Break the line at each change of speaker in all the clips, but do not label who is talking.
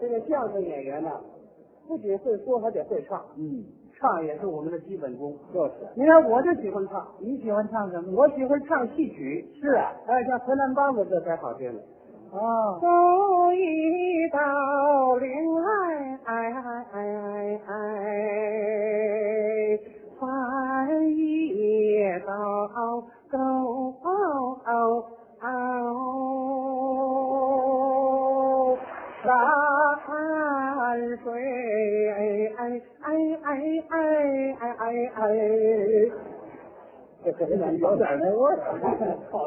这个相声演员呢，不仅会说，还得会唱，
嗯，
唱也是我们的基本功。
就是。
你看，我就喜欢唱，
你喜欢唱什么？
我喜欢唱戏曲。
是啊，
哎，像河南梆子这才好听呢。
哦，
走一道岭，哎哎哎哎哎哎，翻一道沟，哦哦哦，山水，哎哎哎哎哎哎哎。
这 可
有点那味儿
好
啊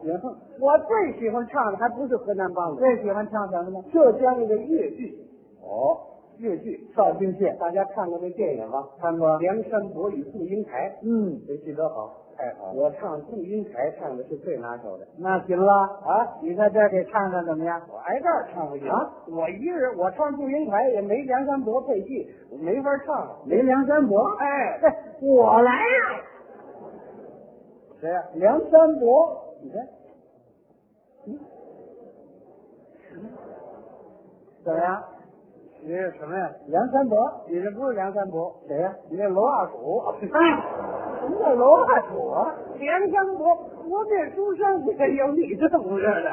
听，行。
我最喜欢唱的还不是河南梆子，
最喜欢唱什么呢？
浙江那个越剧。
哦，
越剧《
绍兴县。
大家看过那电影吧？
看过
《梁山伯与祝英台》，
嗯，
谁记得好？
太好了。
我唱祝英台唱的是最拿手的，
那行了啊，你在这儿给唱唱怎么样？
我挨个儿唱不赢
啊！
我一人我唱祝英台也没梁山伯配戏，没法唱。
没梁山伯，
哎，
我来呀。
谁啊呀？
梁山伯，你看，怎么样？
你是什么呀？
梁山伯
你这不是梁山伯，
谁呀、
你这罗二虎。
哎，什么叫罗汉果啊？
梁山伯，我这书生也有你这不是的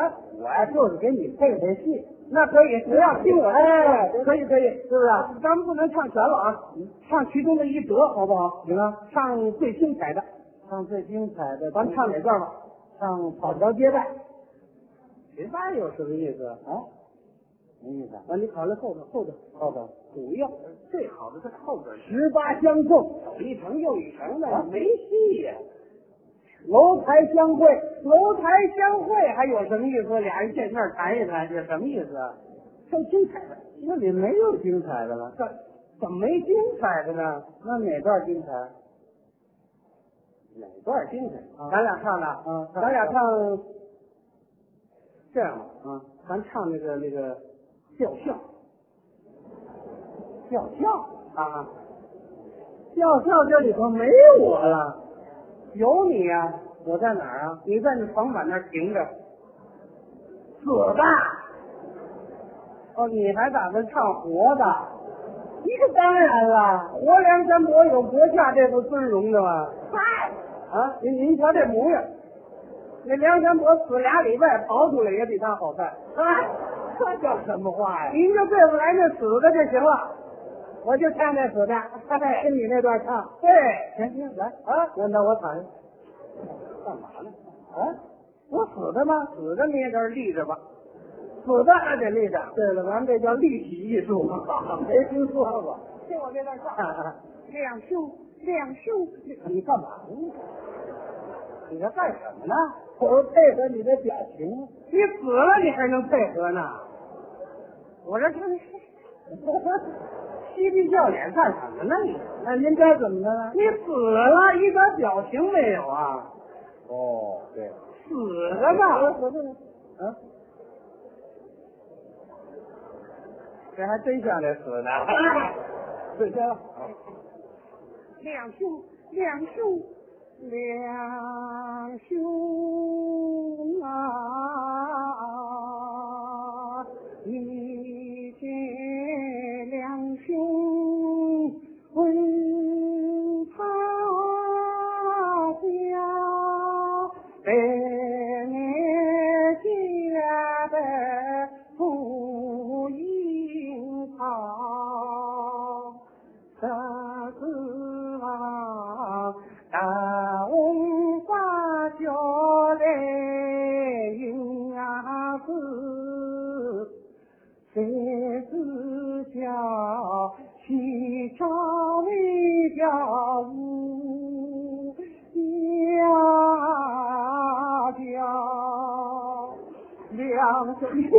啊！
我就是给你配配戏，
那可以，只要听我的
哎
可以可以，
是不是啊？嗯
咱们不能唱全了啊，唱其中的一折好不好？
行啊，
唱最精彩的，
唱最精彩的，
咱唱哪段吧？
唱《草桥接待
结拜有什么意思啊？》
啊？没意思啊，
啊，你考虑后头后头，
后头
主要最好的是后边
十八相送，
有一层又一层的
啊，
没戏呀。
楼台相会，
楼台相会还有什么意思？俩人见面谈一谈，这什么意思啊？
太精彩了。那里没有精彩的了，
怎怎么没精彩的呢？
那哪段精彩？
哪段精彩？
啊
咱俩唱的，
啊唱
咱俩唱。这样吧，
啊，
咱唱那个那个叫笑
笑笑
啊，
笑笑，这里头没我了，
有你啊！我在哪儿啊？你在那床板那儿停着。
死吧！
哦，你还打算唱活的？
一个当然了，
活梁山伯有阁下这副尊容的吗？
嗨，
啊，您您瞧这模样，那梁山伯死俩礼拜刨出来也比他好看。
嗨，这叫什么话呀？
您就对付来那死的就行了，我就唱那死的，跟你那段唱。
对，行行，来
啊，
那那我躺下
干嘛呢？
啊，我死的吗？
死的你也在这儿立着吧。
死的还得立着，
对了，咱们这叫立体艺 术嘛。
没听说 过。
听我这段唱两袖，两袖。
你干嘛呢？
你这干什么呢？
我配合你的表情。
你死了你还能配合呢？我这看 嬉皮笑脸干什么呢你？
那您该怎么的呢？
你死了一点表情没有啊？
哦，对，
死了吧？
啊，
这还真像这死 的。
对对了，
两兄两兄两兄啊，一见两兄问他家，百年家的不应好。这是啊，大红花轿来迎啊子，谁知叫西朝为家舞家家两声叫。